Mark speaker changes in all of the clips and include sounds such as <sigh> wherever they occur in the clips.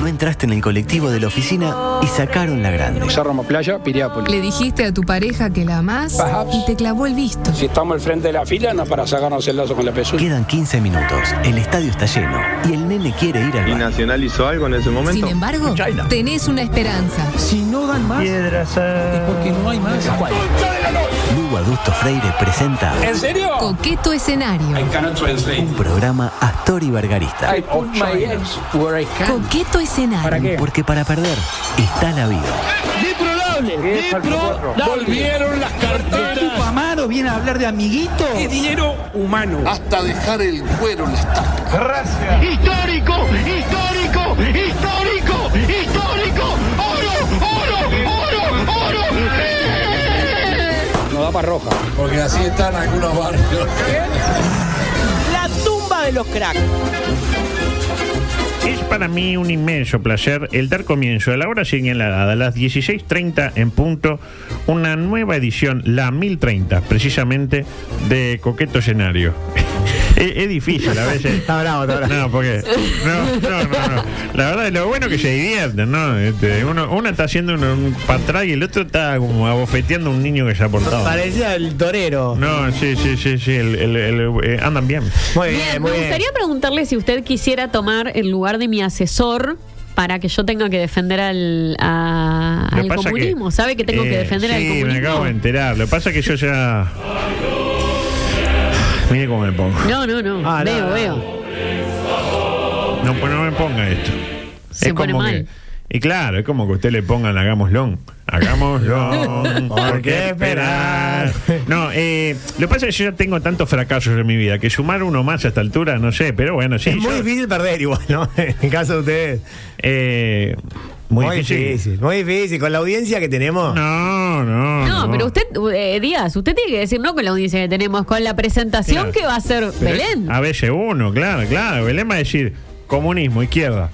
Speaker 1: No entraste en el colectivo de la oficina y sacaron la grande.
Speaker 2: Cerro Playa, Piriápolis.
Speaker 3: Le dijiste a tu pareja que la amás
Speaker 2: Perhaps.
Speaker 3: y te clavó el visto.
Speaker 2: Si estamos al frente de la fila, no es para sacarnos el lazo con la pezuña.
Speaker 1: Quedan 15 minutos, el estadio está lleno y el nene quiere ir al
Speaker 4: ¿Y
Speaker 1: baño.
Speaker 4: Nacional hizo algo en ese
Speaker 3: Sin
Speaker 4: momento?
Speaker 5: em-
Speaker 3: embargo, tenés una esperanza.
Speaker 1: Lugo Adusto Freire presenta
Speaker 2: ¿En serio?
Speaker 3: Coqueto escenario.
Speaker 2: I cannot translate.
Speaker 1: un programa actor y bargarista.
Speaker 2: I put my eggs where I can.
Speaker 3: Coqueto escenario.
Speaker 2: qué?
Speaker 1: Porque para perder está la vida.
Speaker 2: Volvieron las carteras.
Speaker 6: Amaro viene a hablar de amiguito.
Speaker 2: Es dinero humano.
Speaker 7: hasta dejar el cuero en la estaca.
Speaker 8: histórico, histórico, histórico, histórico, oro, oro, oro, oro. ¡Eh!
Speaker 2: Nos da para roja.
Speaker 7: Porque así están algunos barrios.
Speaker 6: La tumba de los cracks.
Speaker 9: Es para mí un inmenso placer el dar comienzo a la hora señalada, a las 16.30 en punto, una nueva edición, la 1030, precisamente, de Coqueto Escenario. <laughs> es, es difícil a veces.
Speaker 10: Está bravo, está bravo.
Speaker 9: No, porque. No, no, no, no. La verdad, lo bueno es que se divierten, ¿no? Este, uno, uno está haciendo un, un para atrás y el otro está como abofeteando a un niño que se ha portado.
Speaker 10: Parecía el torero.
Speaker 9: No, sí, sí, sí, sí. el- el- el- eh, andan bien.
Speaker 10: Muy bien,
Speaker 11: Bien,
Speaker 10: muy
Speaker 11: me
Speaker 10: bien.
Speaker 11: gustaría preguntarle si usted quisiera tomar el lugar de mi asesor para que yo tenga que defender al, a-
Speaker 9: Lo
Speaker 11: al
Speaker 9: pasa que-
Speaker 11: comunismo. ¿Sabe que tengo que
Speaker 9: Eh,
Speaker 11: defender al
Speaker 9: Sí,
Speaker 11: comunismo?
Speaker 9: me acabo de enterar. Lo que pasa es que yo ya. Mire cómo me pongo.
Speaker 11: No, no, no.
Speaker 10: Ah, no,
Speaker 11: veo,
Speaker 10: no.
Speaker 11: veo.
Speaker 9: No, pues no me ponga esto.
Speaker 11: Se pone mal.
Speaker 9: que- y claro, es como que usted le pongan hagámoslo.
Speaker 11: <laughs>
Speaker 9: Hagámoslo. ¿Por qué esperar? No, eh, lo que pasa es que yo ya tengo tantos fracasos en mi vida que sumar uno más a esta altura, no sé, pero bueno, sí.
Speaker 10: es muy
Speaker 9: yo-
Speaker 10: difícil perder igual, ¿no? <laughs> En caso de ustedes.
Speaker 9: eh, muy, difícil.
Speaker 10: Muy difícil. Con la audiencia que tenemos.
Speaker 9: No, no.
Speaker 11: No, pero usted, eh, Díaz, usted tiene que decir no con la audiencia que tenemos, con la
Speaker 9: Claro.
Speaker 11: presentación que va a hacer
Speaker 9: Pero es-
Speaker 11: Belén.
Speaker 9: A veces uno, claro, claro. Belén va a decir comunismo, izquierda.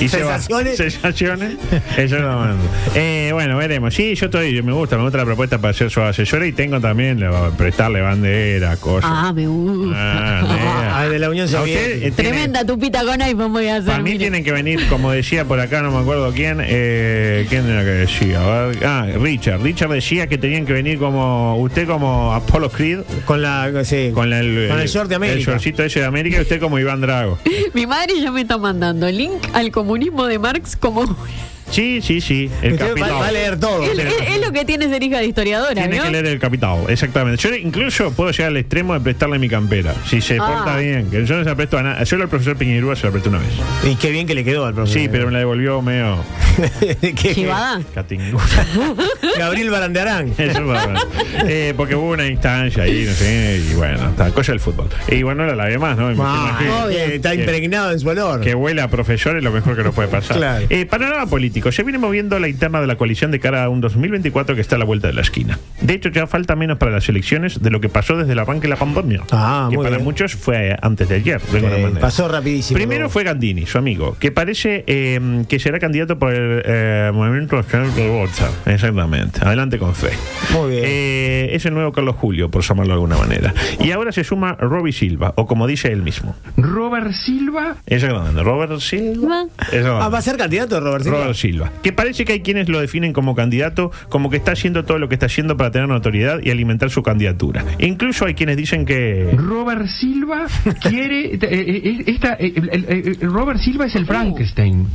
Speaker 9: Y se va.
Speaker 10: Sensaciones.
Speaker 9: Sensaciones. Eso no mando. Eh, bueno, veremos. Sí, yo estoy, me gusta, me gusta la propuesta para ser su asesora y tengo también la- prestarle bandera, cosas.
Speaker 11: Ah, me gusta. <laughs>
Speaker 9: Ah, nea.
Speaker 10: Ah, de la Unión
Speaker 9: A usted,
Speaker 10: Soviética.
Speaker 9: eh, tiene-
Speaker 11: Tremenda tupita con iPhone voy a hacer.
Speaker 9: Para mí
Speaker 11: mire.
Speaker 9: tienen que venir, como decía por acá, no me acuerdo quién, eh, quién era que decía. A ver, ah, Richard. Richard decía que tenían que venir como usted como Apollo Creed
Speaker 10: Con la. sí,
Speaker 9: con, la- el,
Speaker 10: Con el short de América.
Speaker 9: El shortcito ese de América y usted como Iván Drago.
Speaker 11: Mi madre ya me está mandando link al comunismo de Marx como...
Speaker 9: Sí, sí, sí. El
Speaker 10: Usted va,
Speaker 9: capital.
Speaker 10: va a leer todo.
Speaker 11: Es, es- es lo que tiene ser hija de historiadora,
Speaker 9: Tiene
Speaker 11: ¿no?
Speaker 9: que leer el capital, exactamente. Yo incluso puedo llegar al extremo de prestarle mi campera, si se
Speaker 11: Ah.
Speaker 9: porta bien. Que yo no se la presto a nada. Yo al profesor Piñerúa se la presté una vez.
Speaker 10: Y qué bien que le quedó al profesor.
Speaker 9: Sí, pero me la devolvió medio
Speaker 10: <laughs> Qué-
Speaker 11: <laughs> Chivada.
Speaker 9: catingú.
Speaker 10: <laughs> Gabriel Barandarán.
Speaker 9: Eso es verdad. Eh, porque hubo una instancia ahí, no sé, y bueno, está, cosa del fútbol. Y bueno, era la demás, ¿no? Me
Speaker 10: Ah,
Speaker 9: imagino.
Speaker 10: eh, está impregnado en su olor.
Speaker 9: Que huela a profesor es lo mejor que nos puede pasar.
Speaker 10: Claro.
Speaker 9: Eh, panorama político. Se viene moviendo la interna de la coalición de cara a un 2024 que está a la vuelta de la esquina. De hecho, ya falta menos para las elecciones de lo que pasó desde la banca y la pandemia.
Speaker 10: Ah,
Speaker 9: que
Speaker 10: muy
Speaker 9: para
Speaker 10: bien.
Speaker 9: muchos fue antes de ayer, de alguna
Speaker 10: Eh,
Speaker 9: manera.
Speaker 10: pasó rapidísimo.
Speaker 9: Primero
Speaker 10: todo.
Speaker 9: fue Gandini, su amigo, que parece eh, que será candidato por el eh, Movimiento Nacional de Bolsa. Exactamente. Adelante con fe.
Speaker 10: Muy bien.
Speaker 9: Eh, es el nuevo Carlos Julio, por llamarlo de alguna manera. Y ahora se suma Robbie Silva, o como dice él mismo.
Speaker 2: Robert Silva.
Speaker 9: Exactamente. Robert Silva. Exactamente.
Speaker 10: Ah, ¿va a ser candidato Robert Silva?
Speaker 9: Robert Silva. Que parece que hay quienes lo definen como candidato, como que está haciendo todo lo que está haciendo para tener notoriedad y alimentar su candidatura. E incluso hay quienes dicen que.
Speaker 2: Robert Silva
Speaker 9: <laughs>
Speaker 2: quiere. eh, eh, esta, eh, el- el- el- Robert Silva es el Frankenstein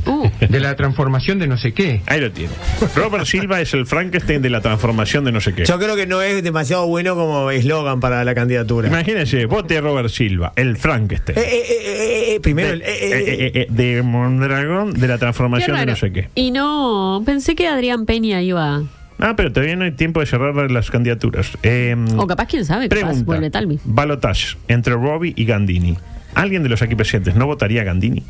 Speaker 2: de la transformación de no sé qué.
Speaker 9: Ahí lo tiene. Robert Silva es el Frankenstein de la transformación de no sé qué.
Speaker 10: Yo creo que no es demasiado bueno como eslogan para la candidatura.
Speaker 9: Imagínense, vote Robert Silva, el Frankenstein.
Speaker 10: Eh, eh, eh, eh, eh, primero el. eh, eh,
Speaker 9: Eh, eh, eh, de Mondragón, de la
Speaker 11: Qué
Speaker 9: transformación de
Speaker 11: raro.
Speaker 9: no sé qué.
Speaker 11: Y no, pensé que Adrián Peña iba.
Speaker 9: Ah, pero todavía no hay tiempo de cerrar las candidaturas. Eh,
Speaker 11: O capaz, quién sabe, capaz
Speaker 9: pregunta,
Speaker 11: vuelve Talvi.
Speaker 9: Balotage entre Robbie y Gandini. ¿Alguien de los aquí presentes no votaría a Gandini? eh.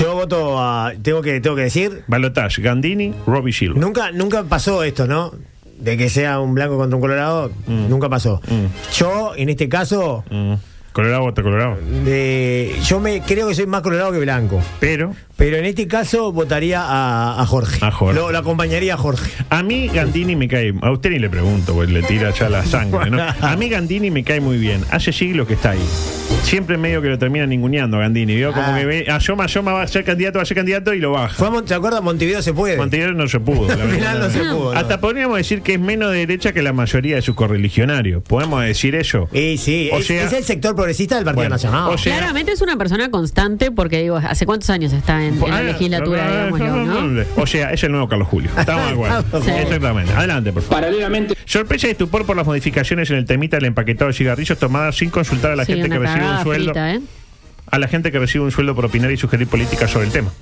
Speaker 10: Yo voto a. Tengo que, tengo que decir.
Speaker 9: Balotage, Gandini, Robbie Silva.
Speaker 10: Nunca, nunca pasó esto, ¿no? De que sea un blanco contra un colorado, nunca pasó. Yo, en este caso,
Speaker 9: Mm. Colorado vota Colorado.
Speaker 10: de- yo me creo que soy más colorado que blanco.
Speaker 9: Pero
Speaker 10: Pero en este caso votaría a, a Jorge.
Speaker 9: A Jorge.
Speaker 10: Lo, lo acompañaría a Jorge.
Speaker 9: a mí Gandini me cae. A usted ni le pregunto, porque le tira ya la sangre, ¿no? A mí Gandini me cae muy bien. Hace siglos que está ahí. Siempre medio que lo termina ninguneando a Gandini. Veo como
Speaker 10: Ah.
Speaker 9: que ve, asoma, asoma, va a ser candidato, va a ser candidato y lo baja.
Speaker 10: Fue a Mon- ¿Se acuerda? Montevideo se puede.
Speaker 9: Montevideo no se pudo. la
Speaker 10: Al final no
Speaker 9: verdad.
Speaker 10: se
Speaker 11: Ah.
Speaker 10: pudo. ¿no?
Speaker 9: Hasta podríamos decir que es menos de derecha que la mayoría de sus correligionarios. ¿Podemos decir eso?
Speaker 10: Y Eh, sí,
Speaker 9: O
Speaker 10: es,
Speaker 9: sea-
Speaker 10: es el sector progresista del Partido
Speaker 9: Bueno,
Speaker 10: Nacional.
Speaker 9: o sea-
Speaker 11: Claramente es una persona constante porque, digo, ¿hace cuántos años está en, en la
Speaker 9: Ah,
Speaker 11: legislatura,
Speaker 9: ah,
Speaker 11: digámoslo,
Speaker 9: ah,
Speaker 11: no?
Speaker 9: O sea, es el nuevo Carlos Julio. Estamos de acuerdo.
Speaker 11: Sí.
Speaker 9: Exactamente. Adelante, por favor.
Speaker 6: Paralelamente.
Speaker 9: Sorpresa y estupor por las modificaciones en el temita del empaquetado de cigarrillos tomadas sin consultar a la
Speaker 11: Sí,
Speaker 9: gente que
Speaker 11: una
Speaker 9: recibe un
Speaker 11: cagada
Speaker 9: sueldo.
Speaker 11: frita, ¿eh?
Speaker 9: A la gente que recibe un sueldo por opinar y sugerir políticas sobre el tema.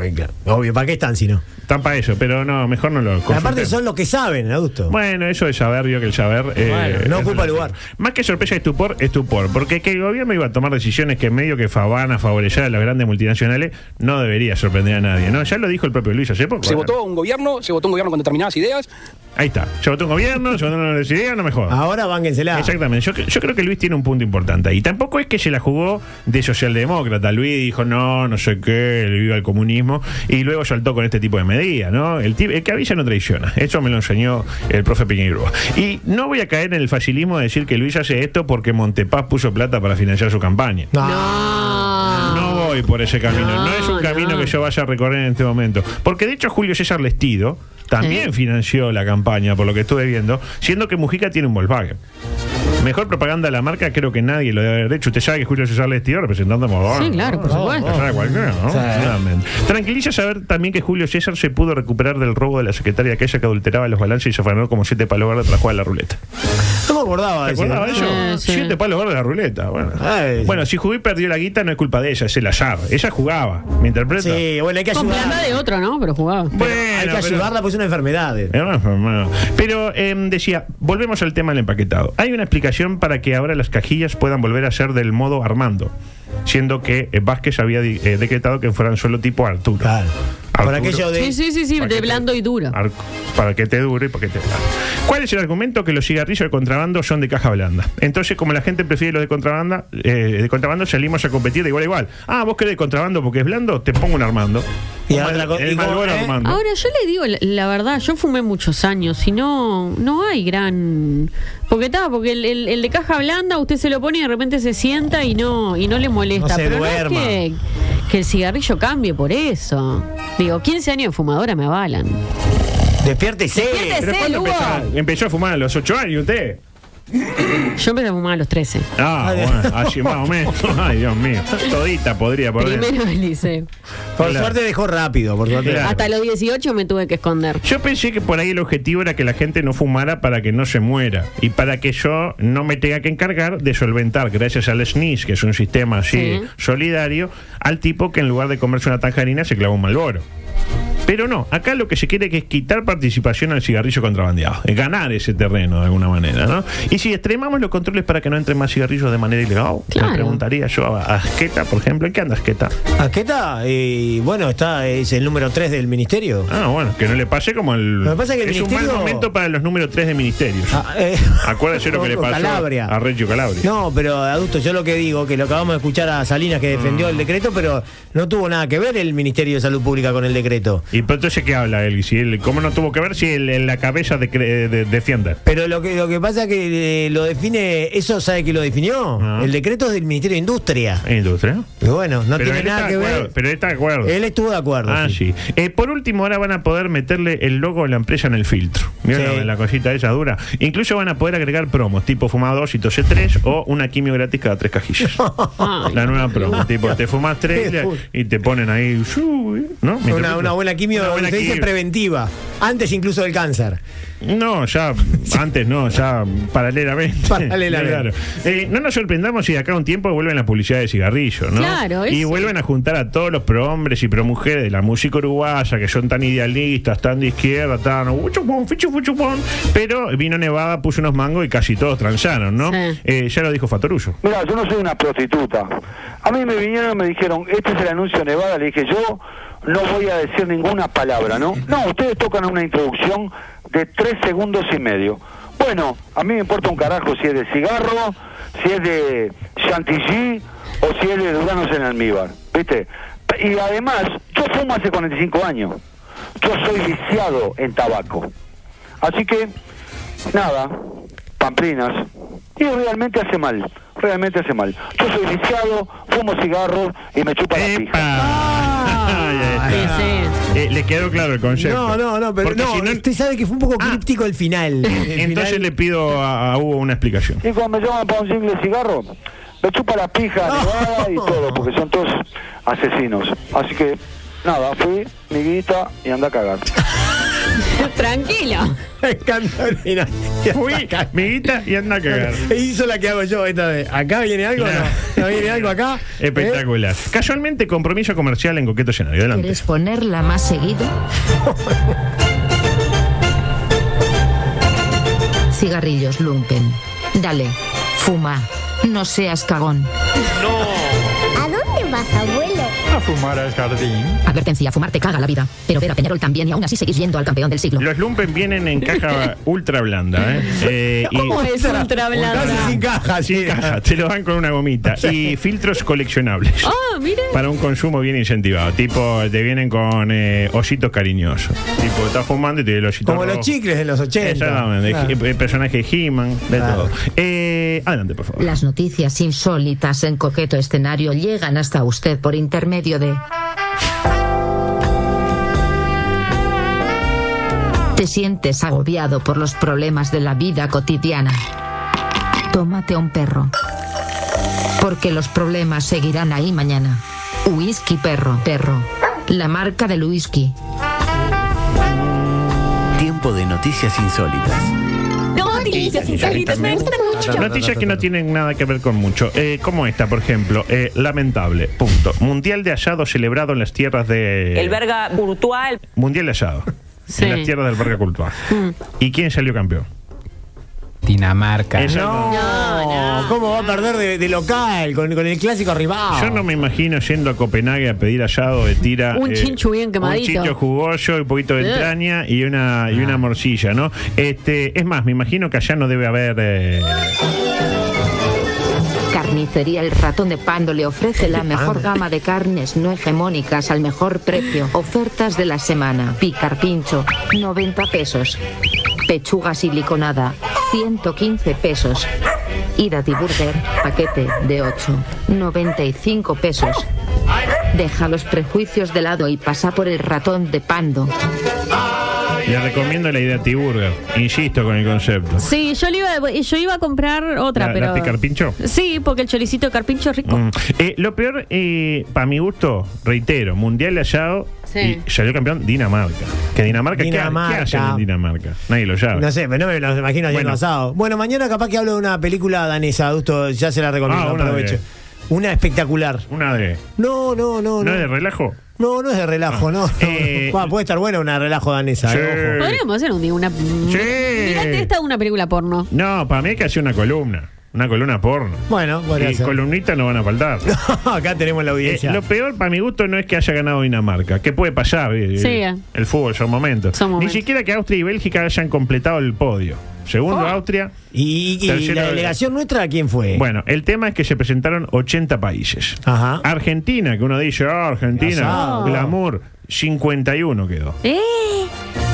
Speaker 10: Ay, claro. Obvio, ¿para qué están si no?
Speaker 9: Están para eso, pero no, mejor no lo consultemos.
Speaker 10: Aparte son los que saben, adusto.
Speaker 9: Bueno, eso de saber, vio que el saber. eh,
Speaker 10: Bueno, no ocupa lugar.
Speaker 9: Más que sorpresa y estupor, estupor. Porque que el gobierno iba a tomar decisiones que medio que fa- van a favorecer a las grandes multinacionales no debería sorprender a nadie, ¿no? Ya lo dijo el propio Luis hace poco.
Speaker 4: Se votó un gobierno, se votó un gobierno con determinadas ideas.
Speaker 9: Ahí está. Se votó un gobierno, se votó una idea, no me jodas.
Speaker 10: Ahora bánquensela.
Speaker 9: Exactamente. Yo, cre- yo creo que Luis tiene un punto importante. Y tampoco es que se la jugó de socialdemócrata. Luis dijo, no, no sé qué, él viva el comunismo. Y luego saltó con este tipo de medidas, ¿no? El, tip- el que avisa no traiciona. Eso me lo enseñó el profe Piñeirúa. Y no voy a caer en el facilismo de decir que Luis hace esto porque Montepaz puso plata para financiar su campaña.
Speaker 10: No.
Speaker 9: No voy por ese camino. No,
Speaker 11: Ah. No,
Speaker 9: es un camino
Speaker 11: no.
Speaker 9: que yo vaya a recorrer en este momento. Porque de hecho Julio César Lestido también
Speaker 11: Sí.
Speaker 9: financió la campaña, por lo que estuve viendo, siendo que Mujica tiene un Volkswagen. Mejor propaganda de la marca creo que nadie lo debe haber hecho. Usted sabe que Julio César Lestido representando a Volkswagen.
Speaker 11: Sí, claro, por supuesto.
Speaker 9: Lo sabe cualquiera, ¿no? Claramente. Tranquiliza saber también que Julio César se pudo recuperar del robo de la secretaria aquella que adulteraba los balances y se afanó como siete palos verdes tras jugar a la ruleta.
Speaker 10: No me acordaba
Speaker 9: ¿Te
Speaker 10: de ese.
Speaker 9: acordabas de eso?
Speaker 11: Sí, sí.
Speaker 9: Siete palos verdes de la ruleta. Bueno.
Speaker 10: Ay.
Speaker 9: bueno, si jugó y perdió la guita, no es culpa de ella, es el azar. Ella jugaba, ¿me interpreta?
Speaker 10: Sí, bueno, hay que
Speaker 11: Con
Speaker 10: ayudarla.
Speaker 11: plata de otro, ¿no? Pero jugaba.
Speaker 9: Bueno,
Speaker 10: hay que
Speaker 9: pero-
Speaker 10: ayudarla porque es una enfermedad. eh.
Speaker 9: Era una enfermedad. Pero em, decía, volvemos al tema del empaquetado. Hay una explicación para que ahora las cajillas puedan volver a ser del modo Armando, siendo que eh, Vázquez había di- eh, decretado que fueran solo tipo Arturo.
Speaker 10: Claro. Por
Speaker 9: Arturo.
Speaker 10: aquello de.
Speaker 11: Sí, sí, sí, sí, de blando y duro.
Speaker 9: Arco- para que te dure y para que te dure. ¿Cuál es el argumento? Que los cigarrillos de contrabando son de caja blanda. Entonces, como la gente prefiere los de contrabanda, eh, de contrabando salimos a competir de igual a igual. Ah, vos querés de contrabando porque es blando, te pongo un Armando.
Speaker 10: Y
Speaker 9: Un
Speaker 10: ahora
Speaker 9: Mal-
Speaker 10: la co-
Speaker 9: el
Speaker 10: y como-
Speaker 9: Malboro
Speaker 10: ¿eh?
Speaker 9: Armando.
Speaker 11: Ahora, yo le digo la, la verdad, yo fumé muchos años y no, no hay gran. Porque está, porque el, el- el de caja blanda usted se lo pone y de repente se sienta y no, y no le molesta.
Speaker 10: No se
Speaker 11: Pero
Speaker 10: duerma.
Speaker 11: no es que, que el cigarrillo cambie por eso. Digo, 15 años de fumadora me avalan.
Speaker 10: Despiértese.
Speaker 11: Despiértese.
Speaker 9: ¿Pero cuándo
Speaker 11: Lugo.
Speaker 9: empezó? Empezó a fumar a los 8 años usted.
Speaker 11: Yo empecé a fumar a los 13.
Speaker 9: Ah,
Speaker 10: Ay,
Speaker 9: bueno, así más o menos. Ay,
Speaker 10: <laughs>
Speaker 9: Dios mío. Todita podría por dentro.
Speaker 11: Primero el liceo.
Speaker 10: Por
Speaker 9: Claro.
Speaker 10: suerte dejó rápido. Por suerte.
Speaker 9: Claro.
Speaker 11: Hasta los 18 me tuve que esconder.
Speaker 9: Yo pensé que por ahí el objetivo era que la gente no fumara para que no se muera y para que yo no me tenga que encargar de solventar, gracias al SNIS, que es un sistema así
Speaker 11: Sí.
Speaker 9: solidario, al tipo que en lugar de comerse una tangerina se clava un malboro. Pero no, acá lo que se quiere que es quitar participación al cigarrillo contrabandeado, es ganar ese terreno de alguna manera, ¿no? Y si extremamos los controles para que no entren más cigarrillos de manera ilegal,
Speaker 11: Claro.
Speaker 9: me preguntaría yo a Asqueta, por ejemplo, ¿en qué anda Asqueta?
Speaker 10: Asqueta, eh, bueno, está, es el número 3 del ministerio.
Speaker 9: Ah, bueno, que no le pase como el.
Speaker 10: Lo que pasa es que el
Speaker 9: un mal
Speaker 10: ministerio-
Speaker 9: momento para los número 3 de ministerios.
Speaker 10: Ah, eh.
Speaker 9: <laughs> Acuérdese lo
Speaker 10: <laughs>
Speaker 9: que le
Speaker 10: Otro
Speaker 9: pasó
Speaker 10: Calabria.
Speaker 9: a Reggio Calabria.
Speaker 10: No, pero adulto, yo lo que digo, que lo acabamos de escuchar a Salinas que defendió
Speaker 9: Mm.
Speaker 10: el decreto, pero no tuvo nada que ver el Ministerio de Salud Pública con el decreto.
Speaker 9: Y pero entonces, ¿qué habla él? Si él ¿Cómo no tuvo que ver si él en la cabeza de, cre- de- defiende?
Speaker 10: Pero lo que, lo que pasa es que eh, lo define, eso sabe que lo definió.
Speaker 9: Ah.
Speaker 10: El decreto es del Ministerio de Industria.
Speaker 9: Industria.
Speaker 10: Y bueno, no tiene
Speaker 9: él está
Speaker 10: nada que
Speaker 9: de
Speaker 10: ver.
Speaker 9: acuerdo, pero él está de acuerdo.
Speaker 10: Él estuvo de acuerdo. <laughs>
Speaker 9: Ah, sí. Eh, por último, ahora van a poder meterle el logo de la empresa en el filtro. Mirá
Speaker 10: Sí.
Speaker 9: la, la cosita esa dura. Incluso van a poder agregar promos, tipo fumado 2 y tosé 3 o una quimio gratis cada tres
Speaker 10: <laughs>
Speaker 9: cajillas.
Speaker 11: Ay,
Speaker 9: la nueva promo, tipo, te fumas tres
Speaker 10: Qué
Speaker 9: y te ponen ahí, "Uy", ¿no? ¿Me
Speaker 10: Una,
Speaker 9: interpreto?
Speaker 10: una buena quimio,
Speaker 9: Una buena
Speaker 10: se dice
Speaker 9: quimio.
Speaker 10: preventiva, antes incluso del cáncer.
Speaker 9: No, ya antes no, ya paralelamente.
Speaker 10: Paralelamente.
Speaker 9: Eh, no nos sorprendamos si de acá a un tiempo vuelven las publicidades de cigarrillo, ¿no?
Speaker 11: Claro,
Speaker 9: Y
Speaker 11: eso.
Speaker 9: vuelven a juntar a todos los prohombres y promujeres de la música uruguaya que son tan idealistas, tan de izquierda, tan. uh, "Uchupón, fichufuchupón", Pero vino Nevada, puso unos mangos y casi todos transaron, ¿no?
Speaker 11: Sí.
Speaker 9: Eh, ya lo dijo Fatorullo.
Speaker 4: Mira, yo no soy una prostituta. A mí me vinieron y me dijeron, este es el anuncio Nevada. Le dije, yo no voy a decir ninguna palabra, ¿no? No, ustedes tocan una introducción de tres segundos y medio. Bueno, a mí me importa un carajo si es de cigarro, si es de chantilly o si es de duranos en almíbar, ¿viste? Y además, yo fumo hace 45 años. Yo soy viciado en tabaco. Así que, nada, pamplinas. Y realmente hace mal, realmente hace mal. Yo soy viciado, fumo cigarros y me chupa la pija.
Speaker 9: Eh, le quedó claro el concepto.
Speaker 10: No, no, no, pero
Speaker 9: Porque
Speaker 10: no,
Speaker 9: si Ah.
Speaker 10: usted sabe que fue un poco críptico el final. El
Speaker 9: <laughs> Entonces
Speaker 10: final-
Speaker 9: le pido a, a Hugo una explicación.
Speaker 4: Y cuando me llaman para un single de cigarro, me chupa la pija, nevada y todo, porque son todos asesinos. Así que, nada, fui, miguita y anda a cagar.
Speaker 11: <laughs> Tranquilo.
Speaker 10: Me encanta el final. Y hasta
Speaker 9: Uy,
Speaker 10: acá.
Speaker 9: miguita y anda a cagar.
Speaker 10: E Hizo la que hago yo esta vez. ¿Acá viene algo? o No. ¿No viene algo acá?
Speaker 9: Espectacular.
Speaker 10: Eh.
Speaker 9: Casualmente, compromiso comercial en Coqueto Llenario. Adelante.
Speaker 5: ¿Querés ponerla más seguido? Cigarrillos Lumpen. Dale, fuma. No seas cagón.
Speaker 12: ¿A dónde vas, abuelo?
Speaker 13: A fumar al jardín.
Speaker 5: Advertencia, fumar te caga la vida. Pero ver a Peñarol también y aún así seguís yendo al campeón del siglo.
Speaker 9: Los lumpen vienen en
Speaker 11: <laughs>
Speaker 9: caja ultra blanda. ¿eh? Eh, y-
Speaker 11: ¿Cómo
Speaker 9: <laughs>
Speaker 11: es ultra blanda?
Speaker 10: Eh, Sin caja,
Speaker 9: Sin caja, te lo dan con una gomita. Y filtros coleccionables.
Speaker 11: Ah, mire.
Speaker 9: Para un consumo bien incentivado. Tipo, te vienen con eh, ositos cariñosos. Tipo, estás fumando y te viene el osito.
Speaker 10: Como
Speaker 9: rojo.
Speaker 10: los chicles de los 80.
Speaker 9: Exactamente.
Speaker 10: Ah.
Speaker 9: de- eh, Personaje de He-Man, de
Speaker 10: Claro.
Speaker 9: todo. Eh, adelante, por favor.
Speaker 5: Las noticias insólitas en coqueto escenario llegan hasta usted por intermedio de... Te sientes agobiado por los problemas de la vida cotidiana. Tómate un perro. Porque los problemas seguirán ahí mañana. Whisky perro, perro. La marca del whisky.
Speaker 1: Tiempo de noticias insólitas.
Speaker 11: Noticias insólitas, me gustan mucho.
Speaker 9: Noticias que no tienen nada que ver con mucho. Eh, como esta, por ejemplo. Eh, lamentable. Punto. Mundial de asado celebrado en las tierras de.
Speaker 14: El verga virtual.
Speaker 9: Mundial de asado.
Speaker 14: Sí. Mm.
Speaker 9: En las tierras del Parque Cultural. ¿Y quién salió campeón?
Speaker 13: Dinamarca.
Speaker 9: Esa
Speaker 10: No, ¿Cómo va a perder de, de local con, con el clásico rival?
Speaker 11: Ah.
Speaker 9: Yo no me imagino yendo a Copenhague a pedir asado de tira. eh,
Speaker 11: Un chinchu bien quemadito.
Speaker 9: Un chincho jugoso, un poquito de
Speaker 11: Eh. Ah.
Speaker 9: entraña y una, y una morcilla, ¿no? Este, es más, me imagino que allá no debe haber. eh,
Speaker 5: Carnicería El Ratón de Pando le ofrece la mejor gama de carnes no hegemónicas al mejor precio. Ofertas de la semana. Picar pincho, 90 pesos. Pechuga siliconada, 115 pesos. Irati Burger, paquete de 8, 95 pesos. Deja los prejuicios de lado y pasa por el ratón de pando.
Speaker 9: le recomiendo la idea Tiburger. Insisto con el concepto.
Speaker 11: Sí, yo, le iba, yo iba a comprar otra,
Speaker 9: ¿La-
Speaker 11: pero.
Speaker 9: la picar pincho?
Speaker 11: Sí, porque el choricito de carpincho es rico.
Speaker 9: Mm. Eh, lo peor, para mi gusto, reitero, Mundial de Asado
Speaker 11: Sí.
Speaker 9: y salió campeón Dinamarca. Que Dinamarca, ¿qué ha- ¿qué,
Speaker 10: Dinamarca.
Speaker 9: hacen en Dinamarca? Nadie lo sabe.
Speaker 10: No sé, pero no me lo imagino ayer
Speaker 9: Bueno.
Speaker 10: pasado. Bueno, mañana capaz que hablo de una película danesa, adusto, ya se la recomiendo,
Speaker 9: Ah, una
Speaker 10: aprovecho.
Speaker 9: de-
Speaker 10: Una espectacular.
Speaker 9: Una de.
Speaker 10: No, no, no,
Speaker 9: ¿No,
Speaker 10: no.
Speaker 9: es de relajo?
Speaker 10: No, no es de relajo, no. no,
Speaker 9: <laughs> Eh,
Speaker 10: no. Va, puede estar buena una de relajo danesa.
Speaker 9: Sí.
Speaker 10: eh, ojo.
Speaker 11: Podríamos hacer un día una. Mirate esta una película porno.
Speaker 9: No, para mí hay que hacer una columna. Una columna porno.
Speaker 10: Bueno, podría
Speaker 9: Y
Speaker 10: ser.
Speaker 9: columnistas no van a
Speaker 11: <laughs>
Speaker 9: faltar.
Speaker 10: <laughs> Acá tenemos la
Speaker 9: Eh,
Speaker 10: audiencia.
Speaker 9: lo peor para mi gusto no es que haya ganado Dinamarca, que puede pasar. eh,
Speaker 11: Sí,
Speaker 9: eh,
Speaker 11: eh.
Speaker 9: El fútbol son momentos.
Speaker 11: Son momentos.
Speaker 9: Ni siquiera que Austria y Bélgica hayan completado el podio. Segundo
Speaker 11: Oh.
Speaker 9: Austria.
Speaker 10: y y
Speaker 9: Tercero-
Speaker 10: la delegación nuestra, ¿quién
Speaker 11: Eh.
Speaker 10: fue?
Speaker 9: Bueno, el tema es que se presentaron 80 países.
Speaker 10: Ajá.
Speaker 9: Argentina, que uno dice, ah, Argentina,
Speaker 11: Asado.
Speaker 9: glamour, 51 quedó.
Speaker 11: ¿Eh?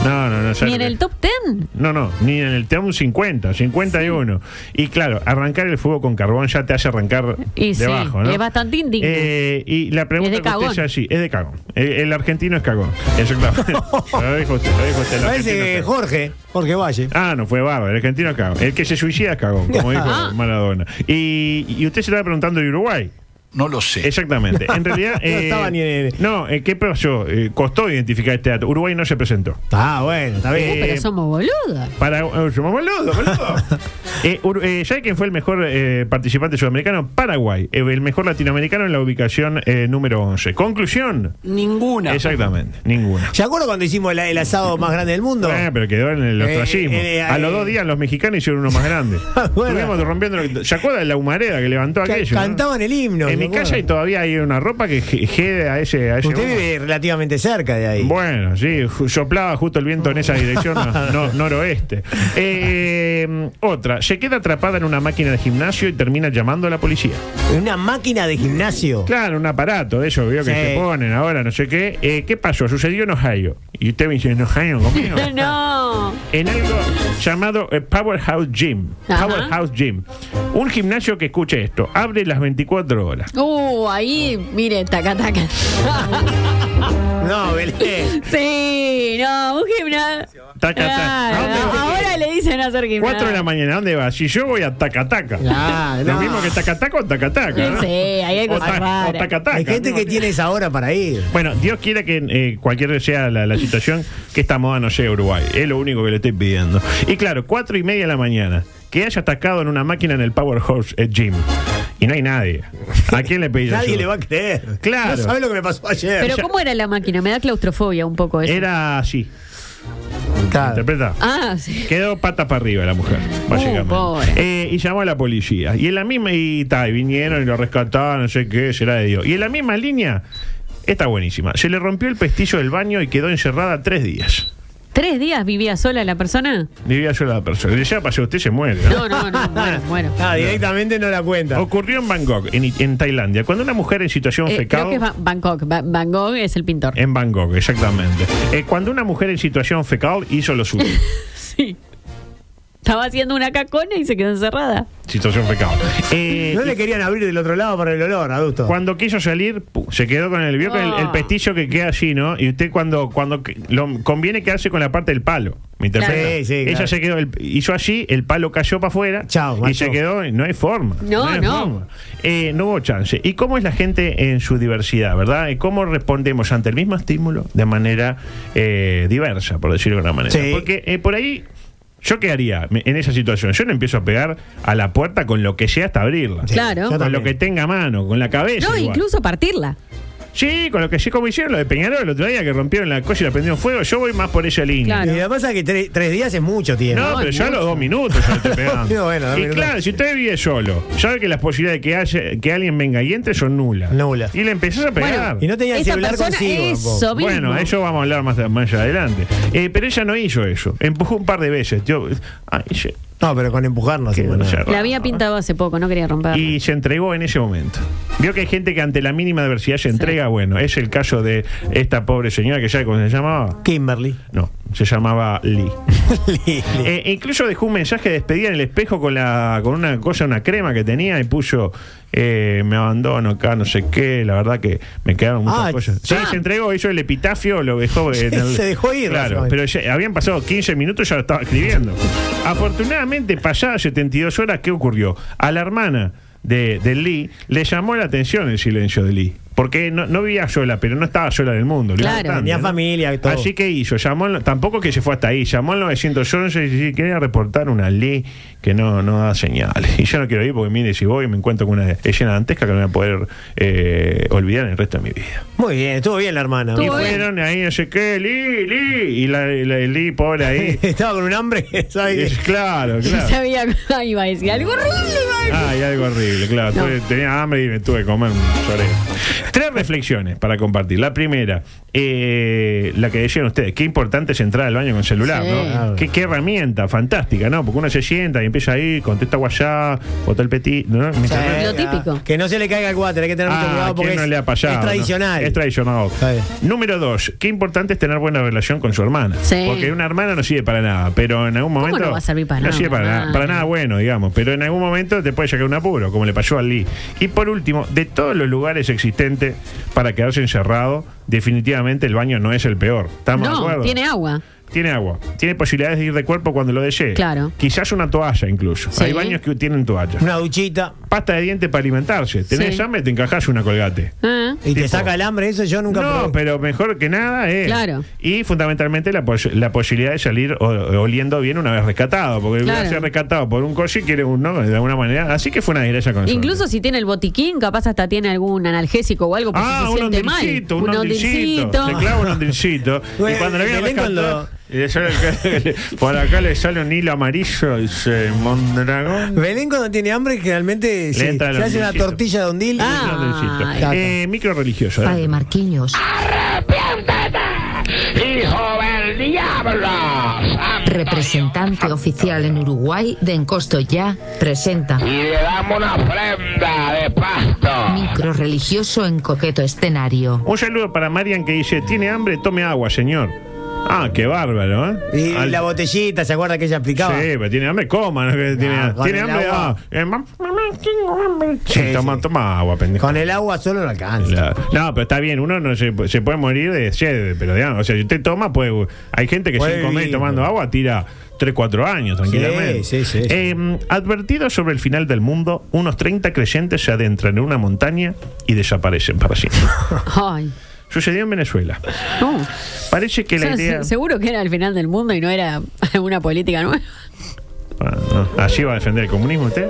Speaker 9: No, no, no. ¿sabes
Speaker 11: Ni en
Speaker 9: lo que-
Speaker 11: el top ten.
Speaker 9: No, no, ni en el TEAM 50, 51. Y claro, arrancar el fuego con carbón ya te hace arrancar
Speaker 11: Y sí,
Speaker 9: debajo, ¿no?
Speaker 11: es bastante indigno.
Speaker 9: Eh, y la pregunta
Speaker 11: Es de
Speaker 9: que usted
Speaker 11: cagón.
Speaker 9: hace así, es de cagón. El, el argentino es cagón.
Speaker 10: <laughs>
Speaker 9: Exactamente. lo dijo usted, lo dijo usted. el
Speaker 10: Parece
Speaker 9: argentino
Speaker 10: que
Speaker 9: es cagón.
Speaker 10: Jorge, Jorge Valle.
Speaker 9: Ah, no, fue bárbaro. El argentino es cagón. El que se suicida es cagón, como dijo
Speaker 11: Ah.
Speaker 9: Maradona. Y, y usted se estaba preguntando de Uruguay.
Speaker 7: No lo sé.
Speaker 9: Exactamente. En realidad.
Speaker 10: <laughs> No estaba ni en-
Speaker 9: No, eh, ¿qué pasó? Eh, costó identificar este dato. Uruguay no se presentó.
Speaker 10: Ah, bueno, está bien.
Speaker 11: Uh,
Speaker 9: Eh,
Speaker 11: pero somos boludos.
Speaker 9: Para eh, somos boludos, boludo.
Speaker 10: <laughs>
Speaker 9: Eh, Ur- eh, ¿Sabe quién fue el mejor eh, participante sudamericano? Paraguay, eh, el mejor latinoamericano en la ubicación eh, número 11. Conclusión.
Speaker 6: Ninguna.
Speaker 9: Exactamente, ninguna.
Speaker 10: ¿Se acuerda cuando hicimos el, el asado más grande del mundo?
Speaker 9: Eh, pero quedó en el
Speaker 10: Eh,
Speaker 9: ostracismo.
Speaker 10: eh, eh,
Speaker 9: A los
Speaker 10: eh. Ah,
Speaker 9: dos días los mexicanos hicieron uno
Speaker 10: <laughs>
Speaker 9: más grande.
Speaker 10: Bueno.
Speaker 9: Estuvimos rompiendo. lo que- ¿Se acuerda de la humareda que levantó
Speaker 10: Ca-
Speaker 9: aquello? no?
Speaker 10: cantaban el himno.
Speaker 9: En
Speaker 10: ¿se
Speaker 9: mi
Speaker 10: acuerda?
Speaker 9: casa y todavía hay una ropa que je- jede a ese. A ese
Speaker 10: Usted
Speaker 9: humo.
Speaker 10: vive relativamente cerca de ahí.
Speaker 9: Bueno, sí, ju- soplaba justo el viento en esa dirección no- no- noroeste. este. Eh, otra, se queda atrapada en una máquina de gimnasio y termina llamando a la policía.
Speaker 10: ¿Una máquina de gimnasio?
Speaker 9: Claro, un aparato de eso, veo que
Speaker 10: Sí.
Speaker 9: se ponen ahora, no sé qué. Eh, ¿Qué pasó? Sucedió en Ohio. Y usted me dice, ¿en Ohio conmigo?
Speaker 11: <laughs> no.
Speaker 9: en algo llamado eh, Powerhouse Gym.
Speaker 11: Ajá.
Speaker 9: Powerhouse Gym. Un gimnasio que escuche esto, abre las 24 horas.
Speaker 11: Uh, ahí, mire, taca, taca. <laughs>
Speaker 10: No, Belén.
Speaker 11: sí, no, un gimnasio.
Speaker 9: Taca, Ah, taca. ¿A dónde
Speaker 11: Claro,
Speaker 9: vas?
Speaker 11: ahora le dicen hacer gimnasio.
Speaker 9: 4 de la mañana, ¿dónde vas? Si yo voy a Tacataca.
Speaker 10: Claro,
Speaker 9: Lo
Speaker 10: no.
Speaker 9: mismo que Tacataca o Tacataca. ¿no?
Speaker 11: Sí, ahí hay
Speaker 9: O
Speaker 11: cosas
Speaker 9: ta- o
Speaker 11: raras.
Speaker 9: Tacataca.
Speaker 10: Hay gente
Speaker 9: ¿no?
Speaker 10: que tiene esa hora para ir.
Speaker 9: Bueno, Dios quiera que eh, cualquier sea la, la situación, que esta moda no llegue a Uruguay. Es lo único que le estoy pidiendo. Y claro, cuatro y media de la mañana, que haya atacado en una máquina en el Powerhouse eh, Gym. Y no hay nadie. ¿A quién le pedís
Speaker 10: Nadie
Speaker 9: ayuda?
Speaker 10: le va a creer.
Speaker 9: Claro.
Speaker 10: No sabe lo que me pasó ayer.
Speaker 11: Pero ¿cómo era la máquina? Me da claustrofobia un poco eso.
Speaker 9: Era así.
Speaker 10: Claro.
Speaker 9: Interpreta.
Speaker 11: Ah, sí.
Speaker 9: Quedó pata para arriba la mujer, básicamente.
Speaker 11: Uh, pobre.
Speaker 9: Eh, y llamó a la policía. Y en la misma, y, ta, y vinieron y lo rescataron, no sé qué, será de Dios. Y en la misma línea, está buenísima. Se le rompió el pestillo del baño y quedó encerrada tres días.
Speaker 11: ¿Tres días vivía sola la persona?
Speaker 9: Vivía yo la persona. Le decía, pase, usted se muere. ¿no? <laughs>
Speaker 11: No, no, no, muero, muero. Eh,
Speaker 10: Ah, directamente no la cuenta.
Speaker 9: Ocurrió en Bangkok, en, en Tailandia, cuando una mujer en situación
Speaker 11: Eh, creo
Speaker 9: fecal.
Speaker 11: que es Ba- Bangkok. Ba- Van Gogh es el pintor.
Speaker 9: En Bangkok, exactamente. Eh, cuando una mujer en situación fecal hizo lo
Speaker 11: <laughs>
Speaker 9: suyo.
Speaker 11: Sí. Estaba haciendo una cacona y se quedó encerrada.
Speaker 9: situación fecal. Eh,
Speaker 10: No le querían abrir del otro lado para el olor, adusto.
Speaker 9: Cuando quiso salir, pu, se quedó con el. Vio que el,
Speaker 11: Ah.
Speaker 9: el pestillo que queda allí, ¿no? Y usted cuando, cuando que- lo, conviene quedarse con la parte del palo. ¿Me interpreta?
Speaker 10: Claro. Sí, sí,
Speaker 9: Ella
Speaker 10: claro.
Speaker 9: se quedó, el- hizo allí, el palo cayó para afuera.
Speaker 10: Chao,
Speaker 9: Y
Speaker 10: macho.
Speaker 9: se quedó, no hay forma.
Speaker 11: No,
Speaker 9: hay
Speaker 11: no.
Speaker 9: forma. Eh, no hubo chance. ¿Y cómo es la gente en su diversidad, verdad? ¿Y ¿Cómo respondemos ante el mismo estímulo de manera eh, diversa, por decirlo de una manera?
Speaker 10: Sí.
Speaker 9: Porque eh, por ahí. ¿Yo qué haría me- en esa situación? Yo no empiezo a pegar a la puerta con lo que sea hasta abrirla.
Speaker 11: Sí, Claro. yo
Speaker 9: Con lo
Speaker 10: también.
Speaker 9: que tenga a mano, con la cabeza.
Speaker 11: No,
Speaker 9: igual.
Speaker 11: incluso partirla.
Speaker 9: Sí, con lo que sí, como hicieron lo de Peñarol el otro día, que rompieron la cosa y la prendieron fuego. Yo voy más por esa línea.
Speaker 11: Claro.
Speaker 10: Y lo que pasa es que tre- tres días es mucho tiempo.
Speaker 9: No,
Speaker 11: No,
Speaker 9: pero
Speaker 11: es
Speaker 9: yo a los
Speaker 11: mucho.
Speaker 9: dos minutos yo le
Speaker 11: <laughs>
Speaker 9: estoy pegando.
Speaker 10: No, bueno, dos
Speaker 9: y
Speaker 10: minutos.
Speaker 9: claro, si usted vive solo, sabe que las posibilidades de que, haya, que alguien venga y entre son nulas.
Speaker 10: Nulas.
Speaker 9: Y le empezás a pegar.
Speaker 10: Y no tenía el
Speaker 11: Esa
Speaker 10: celular
Speaker 11: persona,
Speaker 10: consigo.
Speaker 11: eso
Speaker 10: tampoco.
Speaker 11: mismo.
Speaker 9: Bueno, eso vamos a hablar más, más adelante. Eh, pero ella no hizo eso. Empujó un par de veces. Yo, ay, yo-
Speaker 10: No, pero con empujarnos.
Speaker 9: qué maravilla.
Speaker 11: La había pintado hace poco, no quería romper.
Speaker 9: Y se entregó en ese momento. Vio que hay gente que ante la mínima adversidad se entrega. Bueno, es el caso de esta pobre señora que ya cómo se llamaba.
Speaker 10: Kimberly.
Speaker 9: <laughs> No, se llamaba Lee.
Speaker 10: Lili.
Speaker 9: Eh, incluso dejó un mensaje de despedida en el espejo con la con una cosa, una crema que tenía y puso eh, me abandono acá, no sé qué. La verdad que me quedaron muchas
Speaker 10: Ah,
Speaker 9: cosas. Sí,
Speaker 10: ah.
Speaker 9: se entregó, hizo el epitafio, lo dejó. en el-
Speaker 10: Se dejó ir,
Speaker 9: Claro,
Speaker 10: básicamente.
Speaker 9: pero ya- habían pasado 15 minutos y ya lo estaba escribiendo. Afortunadamente, pasadas 72 horas, ¿qué ocurrió? A la hermana de, de Lee le llamó la atención el silencio de Lee. Porque no, no vivía sola, pero no estaba sola en el mundo. lo
Speaker 11: Claro.
Speaker 9: importante,
Speaker 10: Tenía
Speaker 9: ¿no?
Speaker 10: familia y todo.
Speaker 9: Así que hizo, llamó, al- tampoco que se fue hasta ahí, llamó al 911 y dice, quería reportar una ley que no, no da señales. Y yo no quiero ir porque mire, si voy me encuentro con una escena dantesca que no voy a poder eh, olvidar el resto de mi vida.
Speaker 10: Muy bien, estuvo bien la hermana.
Speaker 9: Y
Speaker 11: Estuvo bien.
Speaker 9: fueron ahí, no sé qué, Lee, Lee, y la, la- Lee pobre ahí.
Speaker 10: <laughs> Estaba con un hambre, <laughs> ¿sabes?
Speaker 9: Es-
Speaker 10: qué?
Speaker 9: claro,
Speaker 11: <laughs> Yo
Speaker 9: claro.
Speaker 11: sabía que iba a decir algo horrible. iba a decir.
Speaker 9: Ah, y algo horrible, claro.
Speaker 11: No.
Speaker 9: Tuve- tenía hambre y me tuve que comer un choreo. Tres reflexiones para compartir. La primera, eh, la que decían ustedes, qué importante es entrar al baño con celular,
Speaker 11: Sí.
Speaker 9: ¿no? Ah, Qué, qué herramienta fantástica, ¿no? Porque uno se sienta y empieza ahí, contesta WhatsApp, bota el petit, ¿no?
Speaker 10: Sí,
Speaker 9: Mientras-
Speaker 11: Lo típico.
Speaker 10: Que no se le caiga el water, hay que tener mucho
Speaker 9: Ah,
Speaker 10: cuidado porque
Speaker 9: ¿quién no
Speaker 10: es,
Speaker 9: le ha pasado,
Speaker 10: es
Speaker 9: no?
Speaker 10: tradicional.
Speaker 9: Es tradicional.
Speaker 10: Está bien.
Speaker 9: Número dos, qué importante es tener buena relación con su hermana.
Speaker 11: Sí.
Speaker 9: Porque una hermana no sirve para nada, pero en algún
Speaker 11: ¿Cómo
Speaker 9: momento.
Speaker 11: no va a servir para
Speaker 9: no
Speaker 11: nada?
Speaker 9: sirve para nada, para nada bueno, digamos. Pero en algún momento te puede llegar un apuro, como le pasó a Lee. Y por último, de todos los lugares existentes para quedarse encerrado, definitivamente el baño no es el peor. ¿Estamos de
Speaker 11: No,
Speaker 9: acuerdo?
Speaker 11: tiene agua.
Speaker 9: Tiene agua. Tiene posibilidades de ir de cuerpo cuando lo desee.
Speaker 11: Claro.
Speaker 9: Quizás una toalla incluso.
Speaker 11: Sí.
Speaker 9: Hay baños que tienen toallas.
Speaker 10: Una duchita
Speaker 9: Pasta de dientes para alimentarse. Tenés
Speaker 11: Sí.
Speaker 9: hambre, te encajás una colgate.
Speaker 11: Ah.
Speaker 10: y
Speaker 9: Tipo-
Speaker 10: te saca el hambre, eso yo nunca
Speaker 9: No,
Speaker 10: probé.
Speaker 9: pero mejor que nada es.
Speaker 11: Claro.
Speaker 9: Y fundamentalmente la, pos- la posibilidad de salir o- oliendo bien una vez rescatado. Porque
Speaker 11: Claro.
Speaker 9: uno ser rescatado por un coche y quiere uno de alguna manera. Así que fue una desgracia con
Speaker 11: Incluso
Speaker 9: suerte.
Speaker 11: si tiene el botiquín, capaz hasta tiene algún analgésico o algo, porque
Speaker 9: Ah,
Speaker 11: se
Speaker 9: un
Speaker 11: siente mal.
Speaker 9: ondilcito, un ondilcito. Se clava un ondilcito. y
Speaker 10: Bueno,
Speaker 9: cuando lo viene
Speaker 10: Belén
Speaker 9: rescatado.
Speaker 10: cuando-
Speaker 9: y le sale acá- <laughs> por acá le sale un hilo amarillo, dice Mondragón.
Speaker 10: Belén cuando tiene hambre generalmente sí,
Speaker 9: entra el
Speaker 10: se hace una
Speaker 9: ondilcito.
Speaker 10: tortilla de ondil.
Speaker 11: Ah.
Speaker 9: Un ondilcito.
Speaker 10: Ay.
Speaker 9: Eh, micro religioso.
Speaker 5: Pae Marquiños.
Speaker 8: ¡Arrepiéntete, hijo del diablo!
Speaker 5: representante oficial en Uruguay de Encosto Ya, presenta.
Speaker 8: Y le damos una ofrenda de pasto.
Speaker 5: Micro religioso en coqueto escenario.
Speaker 9: Un saludo para Marian que dice, tiene hambre, tome agua, señor. Ah, qué bárbaro, ¿eh?
Speaker 10: Y
Speaker 9: Al-
Speaker 10: la botellita, ¿se acuerda que ella aplicaba?
Speaker 9: Sí, pero tiene hambre, coma. ¿no? Que tiene,
Speaker 10: con
Speaker 9: tiene
Speaker 10: el
Speaker 9: hambre,
Speaker 10: agua.
Speaker 9: ah, eh, mam- mamá, tengo hambre. Sí,
Speaker 10: Sí,
Speaker 9: toma, toma agua, pendejo.
Speaker 10: Con el agua solo no alcanza.
Speaker 9: La- No, pero está bien, uno no se, se puede morir de sed, pero digamos, o sea, si usted toma, puede. Hay gente que
Speaker 10: Puede
Speaker 9: sin comer y
Speaker 10: vivir,
Speaker 9: tomando
Speaker 10: pero-
Speaker 9: agua tira 3, 4 años tranquilamente.
Speaker 10: Sí, sí, sí, sí.
Speaker 9: Eh, advertido sobre el final del mundo, unos 30 creyentes se adentran en una montaña y desaparecen para
Speaker 10: <laughs>
Speaker 9: siempre.
Speaker 11: Ay.
Speaker 9: Sucedió en Venezuela.
Speaker 11: No.
Speaker 9: Parece que
Speaker 11: O sea,
Speaker 9: la idea.
Speaker 11: se- seguro que era el final del mundo y no era <laughs> una
Speaker 9: <laughs>
Speaker 11: política nueva.
Speaker 9: Ah, no. ¿Así va a defender el comunismo usted?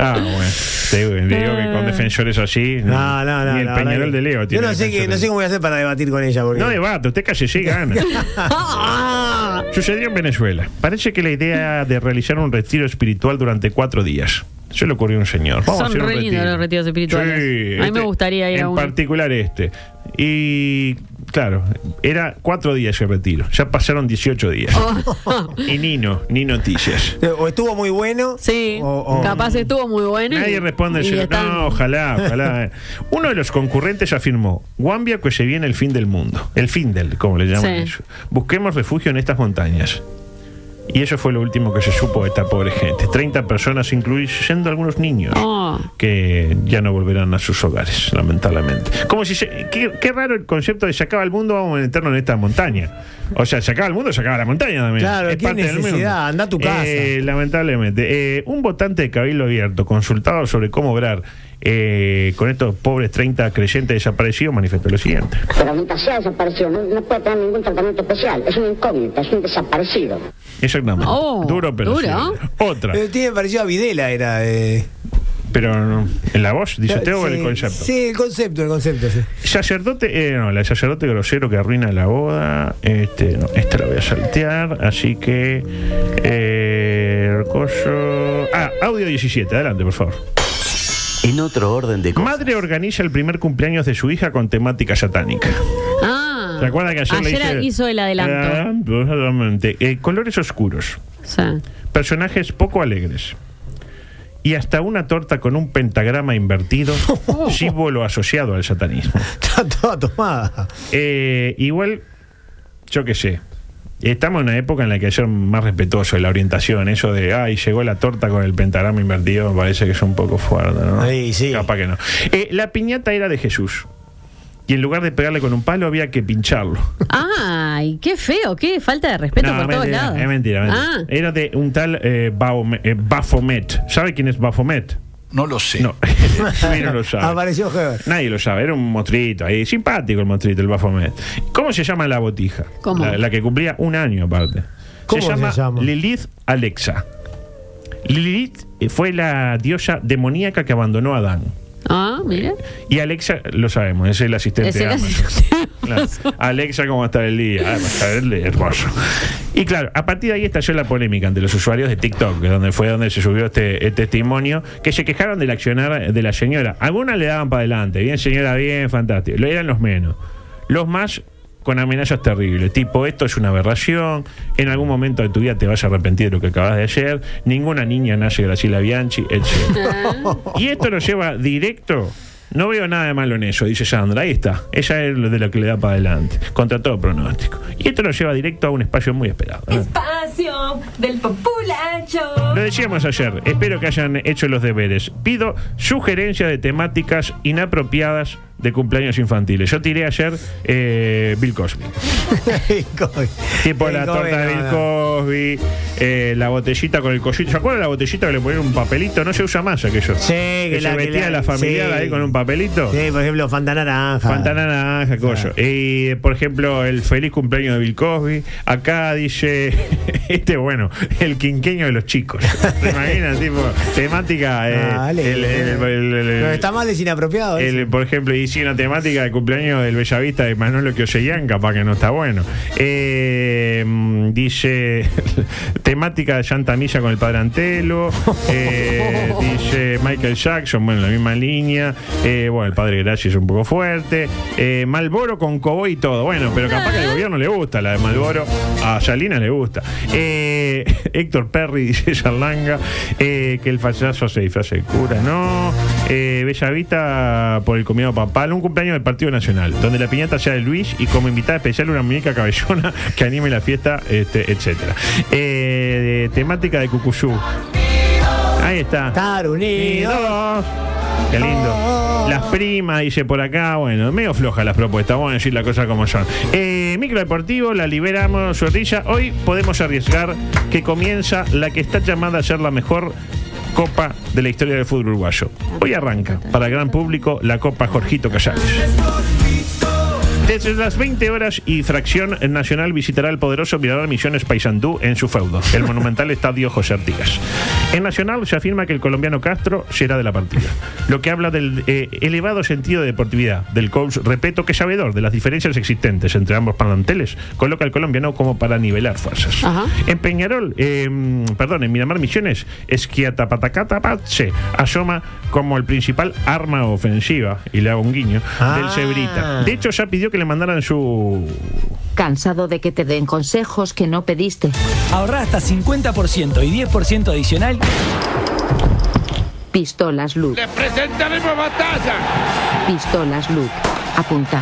Speaker 9: Ah, bueno. Te digo, te digo que con defensores así.
Speaker 10: No, no, no.
Speaker 9: Eh, Ni el
Speaker 10: la verdad
Speaker 9: Peñarol
Speaker 10: que-
Speaker 9: de Leo tiene
Speaker 10: Yo no sé, qué- no
Speaker 9: defensores.
Speaker 10: sé cómo voy a hacer para debatir con ella. Porque...
Speaker 9: No debate, usted calle sí gana.
Speaker 10: <laughs>
Speaker 11: Oh,
Speaker 9: Sucedió en Venezuela. Parece que la idea de realizar un retiro espiritual durante cuatro días. Se le ocurrió a un señor. Vamos a
Speaker 11: Son
Speaker 9: hacer un
Speaker 11: re lindos
Speaker 9: retiro.
Speaker 11: los retiros espirituales.
Speaker 9: Sí,
Speaker 11: a mí
Speaker 9: este-
Speaker 11: me gustaría ir
Speaker 9: En
Speaker 11: a uno.
Speaker 9: particular este. Y claro, era cuatro días el retiro. Ya pasaron 18 días.
Speaker 11: Oh.
Speaker 9: Y Nino, ni noticias.
Speaker 10: O estuvo muy bueno.
Speaker 11: Sí,
Speaker 10: O, o-
Speaker 11: capaz estuvo muy bueno. y-
Speaker 9: Oh, Nadie responde.
Speaker 11: y
Speaker 9: yo,
Speaker 11: están-
Speaker 9: No, ojalá,
Speaker 11: <laughs>
Speaker 9: ojalá. eh". Uno de los concurrentes afirmó: Guambia, que se viene el fin del mundo. El fin del, como le llaman
Speaker 11: Sí.
Speaker 9: ellos. Busquemos refugio en estas montañas. Y eso fue lo último que se supo de esta pobre gente. 30 personas, incluyendo algunos niños,
Speaker 11: Oh.
Speaker 9: que ya no volverán a sus hogares, lamentablemente. Como si se- qué, qué raro el concepto de se acaba el mundo, vamos a meternos en esta montaña. O sea, se acaba el mundo, se acaba la montaña también.
Speaker 10: Claro,
Speaker 9: Es
Speaker 10: qué
Speaker 9: parte del mundo.
Speaker 10: necesidad, anda a tu casa.
Speaker 9: Eh, lamentablemente. Eh, un votante de Cabildo Abierto, consultado sobre cómo obrar eh, con estos pobres 30 creyentes desaparecidos, manifestó lo siguiente.
Speaker 14: Pero mientras sea desaparecido, no, no puede tener ningún tratamiento especial. Es un incógnito, es un desaparecido.
Speaker 9: Exactamente.
Speaker 11: Oh,
Speaker 9: duro, pero
Speaker 11: duro.
Speaker 9: cierto. Otra.
Speaker 10: Pero tiene parecido a Videla, era. eh.
Speaker 9: Pero no- en la voz, dice usted, o en el
Speaker 10: Sí,
Speaker 9: concepto.
Speaker 10: Sí, el concepto, el concepto,
Speaker 9: <laughs>
Speaker 10: sí.
Speaker 9: Sacerdote, eh, no, la sacerdote grosero que arruina la boda. Este, no, esta la voy a saltear, así que. Eh, coso- Ah, audio 17, adelante, por favor.
Speaker 1: En otro orden de cosas.
Speaker 9: Madre organiza el primer cumpleaños de su hija con temática satánica.
Speaker 11: Ah.
Speaker 9: ¿Se acuerda que ayer, le Eh.
Speaker 11: Ayer
Speaker 9: hice-
Speaker 11: hizo el adelanto.
Speaker 9: Adelanto, exactamente. Eh, colores oscuros,
Speaker 11: O sea,
Speaker 9: personajes poco alegres. Y hasta una torta con un pentagrama
Speaker 11: <laughs>
Speaker 9: invertido, símbolo asociado al satanismo.
Speaker 10: Está toda tomada.
Speaker 9: Eh, igual, yo qué sé. Estamos en una época en la que hay que ser más respetuoso de la orientación. Eso de, ay, llegó la torta con el pentagrama invertido, me parece que es un poco fuerte, ¿no?
Speaker 10: Ahí, sí.
Speaker 9: Capaz que no. Eh, la piñata era de Jesús. Y en lugar de pegarle con un palo, había que pincharlo.
Speaker 11: Ay, qué feo, qué falta de respeto
Speaker 9: No,
Speaker 11: por todos
Speaker 9: mentira,
Speaker 11: lados.
Speaker 9: Es mentira, mentira.
Speaker 11: Ah.
Speaker 9: Era de un tal eh, Baome- eh, Baphomet. ¿Sabe quién es Baphomet?
Speaker 7: No lo sé.
Speaker 9: No, <laughs> Luis no lo sabe.
Speaker 10: Apareció Heber.
Speaker 9: Nadie lo sabe, era un monstruito ahí, simpático el monstruito, el Baphomet. ¿Cómo se llama la botija?
Speaker 11: ¿Cómo?
Speaker 9: La, la que cumplía un año aparte.
Speaker 10: ¿Cómo se
Speaker 9: llama
Speaker 10: llama?
Speaker 9: Lilith Alexa. Lilith eh, fue la diosa demoníaca que abandonó a Adán.
Speaker 11: Ah, mira.
Speaker 9: Y Alexa, lo sabemos, es el asistente
Speaker 11: Es
Speaker 9: de
Speaker 11: el
Speaker 9: Amazon.
Speaker 11: <laughs> asistente.
Speaker 9: Claro. <laughs> Alexa, ¿cómo está el día? Ah, va a estar el día, hermoso. Y claro, a partir de ahí estalló la polémica entre los usuarios de TikTok, que donde fue donde se subió este, este testimonio, que se quejaron del accionar de la señora. Algunas le daban para adelante, bien señora, bien, fantástico. Lo eran los menos. Los más con amenazas terribles, tipo esto es una aberración, en algún momento de tu vida te vas a arrepentir de lo que acabas de hacer, ninguna niña nace Graciela Bianchi, etc. Y esto nos lleva directo. No veo nada de malo en eso, dice Sandra. Ahí está. Ella es lo de lo que le da para adelante. Contra todo pronóstico. Y esto nos lleva directo a un espacio muy esperado. ¿eh?
Speaker 15: Espacio del populacho.
Speaker 9: Lo decíamos ayer. Espero que hayan hecho los deberes. Pido sugerencias de temáticas inapropiadas de cumpleaños infantiles. Yo tiré ayer eh, Bill Cosby. <laughs>
Speaker 10: <laughs>
Speaker 9: Tipo la torta de Bill Cosby, eh, la botellita con el collito. ¿Se acuerdan la botellita que le ponían un papelito? No se usa más aquello.
Speaker 10: Sí,
Speaker 9: que, se metía la, familiar ahí con un papelito.
Speaker 10: Sí, por ejemplo, Fanta Naranja.
Speaker 9: Pantana naranja, coyo. Y, por ejemplo, el feliz cumpleaños de Bill Cosby. Acá dice, <laughs> este bueno, el quinqueño de
Speaker 10: <laughs>
Speaker 9: los chicos. ¿Te imaginas? tipo, temática. eh,
Speaker 10: Dale.
Speaker 9: el- el- el- el-
Speaker 10: Pero está mal, eh. es inapropiado.
Speaker 9: eh, el-
Speaker 10: eso.
Speaker 9: por ejemplo, y hicieron temática del cumpleaños del Bellavista de Manolo Kioseyan, capaz que no está bueno. Eh, mm, dice <laughs> temática de Santamilla con el padre Antelo. Eh, dice Michael Jackson, bueno, la misma línea. Eh, bueno, el padre Gracia es un poco fuerte. Eh, Malboro con Cobo y todo. Bueno, pero capaz que al gobierno le gusta la de Malboro. A Salinas le gusta. Eh, <laughs> Héctor Perry <laughs> dice Charlanga. eh, que el fallazo se disfraza de cura, ¿no? Eh, Bellavista por el comido papal. Un cumpleaños del Partido Nacional, donde la piñata sea de Luis y como invitada especial una muñeca cabellona <laughs> que anime la fiesta, este, etcétera. Eh, de- temática de Cucuyú. Ahí está.
Speaker 10: Estar unidos.
Speaker 9: Qué lindo. Las primas, dice por acá, bueno, medio floja las propuestas, vamos a decir la cosa como son. Eh, micro deportivo, la liberamos su orilla. Hoy podemos arriesgar que comienza la que está llamada a ser la mejor copa de la historia del fútbol uruguayo. Hoy arranca, para el gran público, la Copa Jorgito Casales. Desde las 20 horas y fracción Nacional visitará el poderoso Mirador Misiones Paysandú en su feudo, el monumental estadio José Artigas. En Nacional se afirma que el colombiano Castro será de la partida, lo que habla del eh, elevado sentido de deportividad del coach Repeto, que es sabedor de las diferencias existentes entre ambos planteles, coloca al colombiano como para nivelar fuerzas. En Peñarol, eh, perdón, en Miramar Misiones, Esquiatapatacatapache asoma como el principal arma ofensiva, y le hago un guiño, del Cebrita. De hecho, ya pidió que le mandaran su.
Speaker 5: Cansado de que te den consejos que no pediste.
Speaker 6: Ahorra hasta 50% y 10% adicional.
Speaker 5: Pistolas Luke.
Speaker 8: Presentaremos batalla.
Speaker 5: Pistolas Luke. Apunta.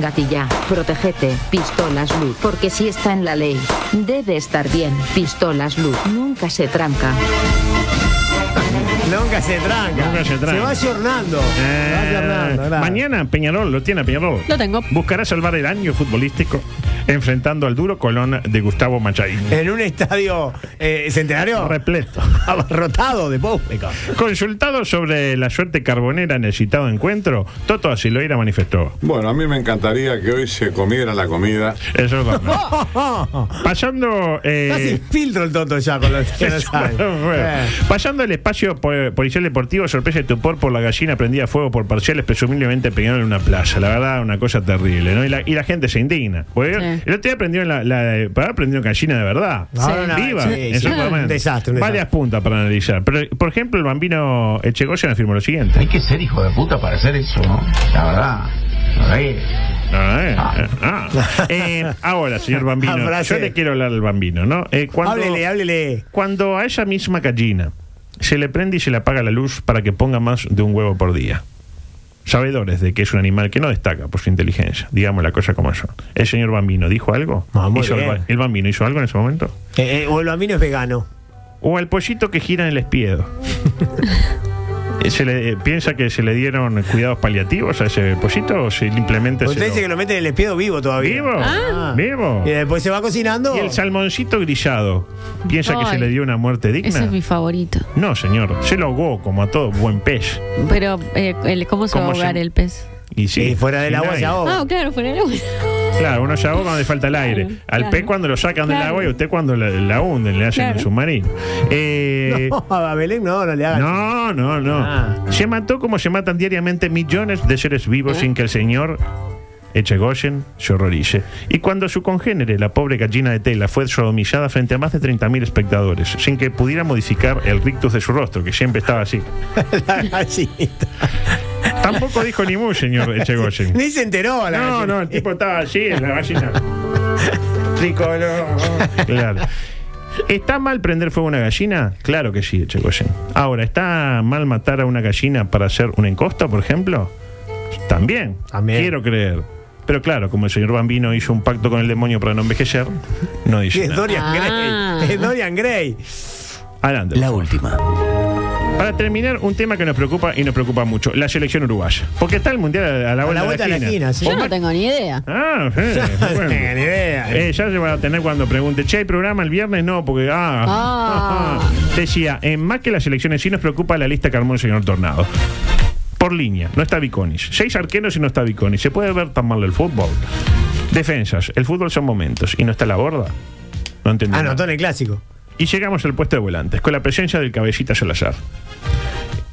Speaker 5: Gatilla. Protégete. Pistolas Luke. Porque si está en la ley, debe estar bien. Pistolas Luke. Nunca se tranca.
Speaker 10: Nunca se tranca.
Speaker 9: Nunca se tranca.
Speaker 10: Se va ayornando. Se va
Speaker 9: Eh,
Speaker 10: ayornando, claro.
Speaker 9: mañana Peñarol, lo tiene Peñarol.
Speaker 11: Lo tengo.
Speaker 9: Buscará salvar el año futbolístico enfrentando al duro Colón de Gustavo Machain.
Speaker 10: En un estadio eh, centenario
Speaker 9: Repleto.
Speaker 10: abarrotado de público.
Speaker 9: Consultado sobre la suerte carbonera en el citado encuentro, Toto Asiloira manifestó.
Speaker 7: Bueno, a mí me encantaría que hoy se comiera la comida.
Speaker 9: Eso es verdad.
Speaker 10: <laughs>
Speaker 9: Pasando. eh,
Speaker 10: <laughs> Casi filtro el toto <laughs> ya con los
Speaker 9: <laughs>
Speaker 10: que no
Speaker 9: Eso
Speaker 10: saben.
Speaker 9: no fue.
Speaker 10: Eh.
Speaker 9: Pasando el espacio po- policial deportivo, sorpresa y tupor por la gallina prendida a fuego por parciales presumiblemente pegaron en una plaza. La verdad, una cosa terrible, ¿no? Y la, y la gente se indigna. Porque El otro día prendieron la, la- para haber prendido gallina de verdad.
Speaker 10: Ahora una-
Speaker 9: Viva.
Speaker 10: sí,
Speaker 9: en
Speaker 10: sí.
Speaker 9: su momento.
Speaker 10: Un desastre, un
Speaker 9: Varias
Speaker 10: desastre.
Speaker 9: puntas para analizar. Pero, por ejemplo, el bambino Echegoyen afirmó lo siguiente.
Speaker 16: Hay que ser hijo de puta para hacer eso, ¿no? La verdad.
Speaker 9: Ah, eh,
Speaker 10: <laughs>
Speaker 9: ah. Eh, ahora, señor
Speaker 10: La
Speaker 9: Bambino,
Speaker 10: frase.
Speaker 9: yo le quiero hablar al Bambino, ¿no? Eh, cuando,
Speaker 10: Háblele, háblele.
Speaker 9: Cuando a esa misma gallina se le prende y se le apaga la luz para que ponga más de un huevo por día. Sabedores de que es un animal que no destaca por su inteligencia, digamos la cosa como son. ¿El señor Bambino dijo algo?
Speaker 10: Ah, muy
Speaker 9: ¿Hizo el,
Speaker 10: bien.
Speaker 9: ba- el Bambino hizo algo en ese momento?
Speaker 10: Eh, eh, o el bambino es vegano.
Speaker 9: O al pollito que gira en
Speaker 10: <laughs>
Speaker 9: el espiedo. Eh, ¿Se le, eh, ¿Piensa que se le dieron cuidados paliativos a ese pollito o simplemente se
Speaker 10: Usted
Speaker 9: lo-
Speaker 10: Pues dice que lo mete en el espiedo vivo todavía. Ah.
Speaker 9: ¿Vivo?
Speaker 11: Ah.
Speaker 9: ¿Vivo?
Speaker 10: Y después se va cocinando.
Speaker 9: Y el salmoncito grillado. ¿Piensa que
Speaker 11: Ay.
Speaker 9: se le dio una muerte digna?
Speaker 11: Ese es mi favorito.
Speaker 9: No, señor. Se lo ahogó como a todo buen pez.
Speaker 11: Pero, eh, el- ¿cómo se va a
Speaker 9: ¿Cómo se-
Speaker 11: ahogar el pez?
Speaker 9: Y sí,
Speaker 10: Y fuera del
Speaker 9: sin
Speaker 10: agua
Speaker 9: aire.
Speaker 10: se ahoga.
Speaker 11: Ah, claro, fuera el agua.
Speaker 9: Claro, uno se ahoga cuando le falta el aire. Al
Speaker 11: claro.
Speaker 9: pez cuando lo sacan del
Speaker 11: Claro.
Speaker 9: agua y a usted cuando la, la hunden, le hacen
Speaker 11: Claro.
Speaker 9: el submarino. Eh,
Speaker 10: <laughs> No, a Belén no, no le hagas.
Speaker 9: no, no, no.
Speaker 10: Ah.
Speaker 9: Se mató como se matan diariamente millones de seres
Speaker 11: Ah.
Speaker 9: vivos sin que el señor Echegoyen se horrorice. Y cuando su congénere, la pobre gallina de tela, fue sodomizada frente a más de 30.000 espectadores, sin que pudiera modificar el rictus de su rostro, que siempre estaba así.
Speaker 10: <laughs> La gallinita.
Speaker 9: Tampoco dijo ni mu,
Speaker 10: <laughs>
Speaker 9: señor Echegoyen.
Speaker 10: Ni se enteró a la
Speaker 9: No,
Speaker 10: gallina.
Speaker 9: no, el tipo estaba así en la
Speaker 10: <laughs>
Speaker 9: gallina. Tricolor. Claro. ¿Está mal prender fuego a una gallina? Claro que sí, Echegoyen. Ahora, ¿está mal matar a una gallina para hacer un encosto, por ejemplo? También.
Speaker 10: También.
Speaker 9: Quiero creer. Pero claro, como el señor Bambino hizo un pacto con el demonio para no envejecer, no dice
Speaker 10: Es
Speaker 9: nada.
Speaker 10: Dorian
Speaker 11: Ah.
Speaker 10: Gray. Es Dorian Gray.
Speaker 9: Adelante.
Speaker 1: La última.
Speaker 9: Para terminar, un tema que nos preocupa y nos preocupa mucho, la selección uruguaya. Porque está el mundial a la, vuelta,
Speaker 10: vuelta de la esquina, sí.
Speaker 11: Yo no tengo ni idea.
Speaker 9: Ah,
Speaker 10: <laughs>
Speaker 9: sí, bueno.
Speaker 10: Ni idea.
Speaker 9: Eh, ya se va a tener cuando pregunte, che, ¿hay programa el viernes? No, porque. Ah.
Speaker 11: Ah.
Speaker 9: <laughs> Decía, eh, más que las elecciones, sí nos preocupa la lista que armó el señor Tornado. Por línea, no está Viconis. Seis arqueros y no está Viconis. ¿Se puede ver tan mal el fútbol? Defensas, el fútbol son momentos. ¿Y no está la borda?
Speaker 10: Ah,
Speaker 9: No entendí. nada.
Speaker 10: Anotó en el clásico.
Speaker 9: Y llegamos al puesto de volantes, con la presencia del cabecita Salazar.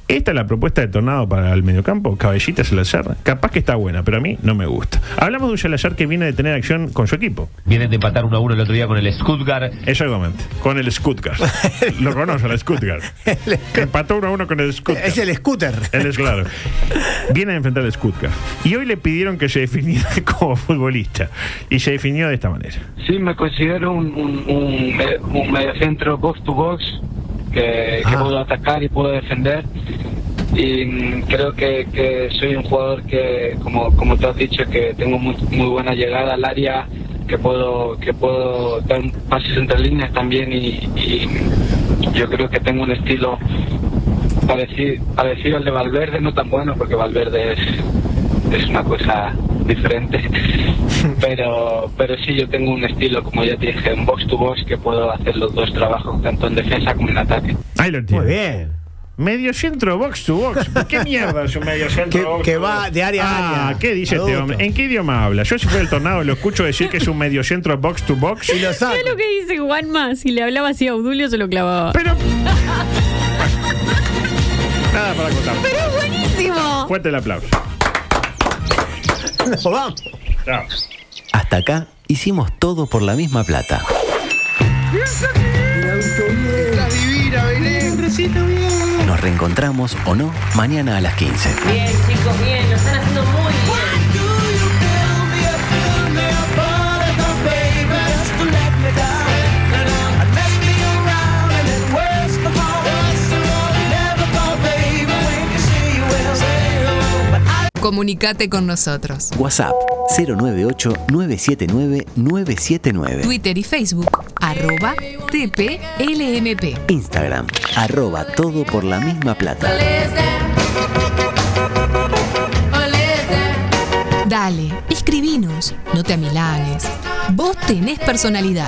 Speaker 9: Esta es la propuesta de Tornado para el mediocampo. Cabellita Salazar. Capaz que está buena, pero a mí no me gusta. Hablamos de un Salazar que viene de tener acción con su equipo.
Speaker 17: Vienen de empatar 1 a 1 el otro día con el Stuttgart.
Speaker 9: Exactamente. Con el Stuttgart. Lo conoce, el Stuttgart. Empató 1 a 1 con el Stuttgart.
Speaker 10: Es el scooter.
Speaker 9: Él es claro. Viene a enfrentar al Stuttgart. Y hoy le pidieron que se definiera <laughs> como futbolista. Y se definió de esta manera.
Speaker 18: Sí, me considero un, un, un, me- un mediocentro box to box que,
Speaker 10: Ah.
Speaker 18: que puedo atacar y puedo defender. Y mm, creo que, que soy un jugador que, como, como tú has dicho, que tengo muy, muy buena llegada al área, que puedo que puedo dar pases entre líneas también y, y yo creo que tengo un estilo parecido, parecido al de Valverde, no tan bueno porque Valverde es, es una
Speaker 11: Ah.
Speaker 18: cosa <laughs>
Speaker 11: <laughs>
Speaker 18: diferente. Pero, pero sí, yo tengo un estilo, como ya te dije, en box to box que puedo hacer los dos trabajos, tanto en defensa como en ataque.
Speaker 9: Ahí lo tiene.
Speaker 10: Muy bien.
Speaker 9: Medio centro box to box.
Speaker 10: <laughs>
Speaker 9: ¿Qué mierda es un medio
Speaker 10: Que-
Speaker 9: centro?
Speaker 10: que va de área a
Speaker 9: ah,
Speaker 10: área.
Speaker 9: ¿Qué dice este
Speaker 10: Adulto.
Speaker 9: hombre? ¿En qué idioma habla? Yo si fuera el tornado lo escucho decir que es un medio centro box to box. Y lo
Speaker 11: ¿Sabes lo que dice Juanma? Si le hablaba así a Obdulio, se lo clavaba.
Speaker 9: Pero. Nada para contar.
Speaker 11: ¡Pero es buenísimo!
Speaker 9: Fuerte el aplauso.
Speaker 10: <laughs>
Speaker 9: Chao.
Speaker 1: Hasta acá hicimos todo por la misma plata.
Speaker 19: divina, bien.
Speaker 1: Nos reencontramos o no mañana a las 15.
Speaker 19: Bien, chicos, bien, lo están haciendo muy bien.
Speaker 3: Comunicate con nosotros.
Speaker 1: WhatsApp 098-979-979.
Speaker 3: Twitter y Facebook. Arroba TPLMP.
Speaker 1: Instagram arroba todo por la misma plata.
Speaker 3: Dale, escribinos, no te amilanes. Vos tenés personalidad.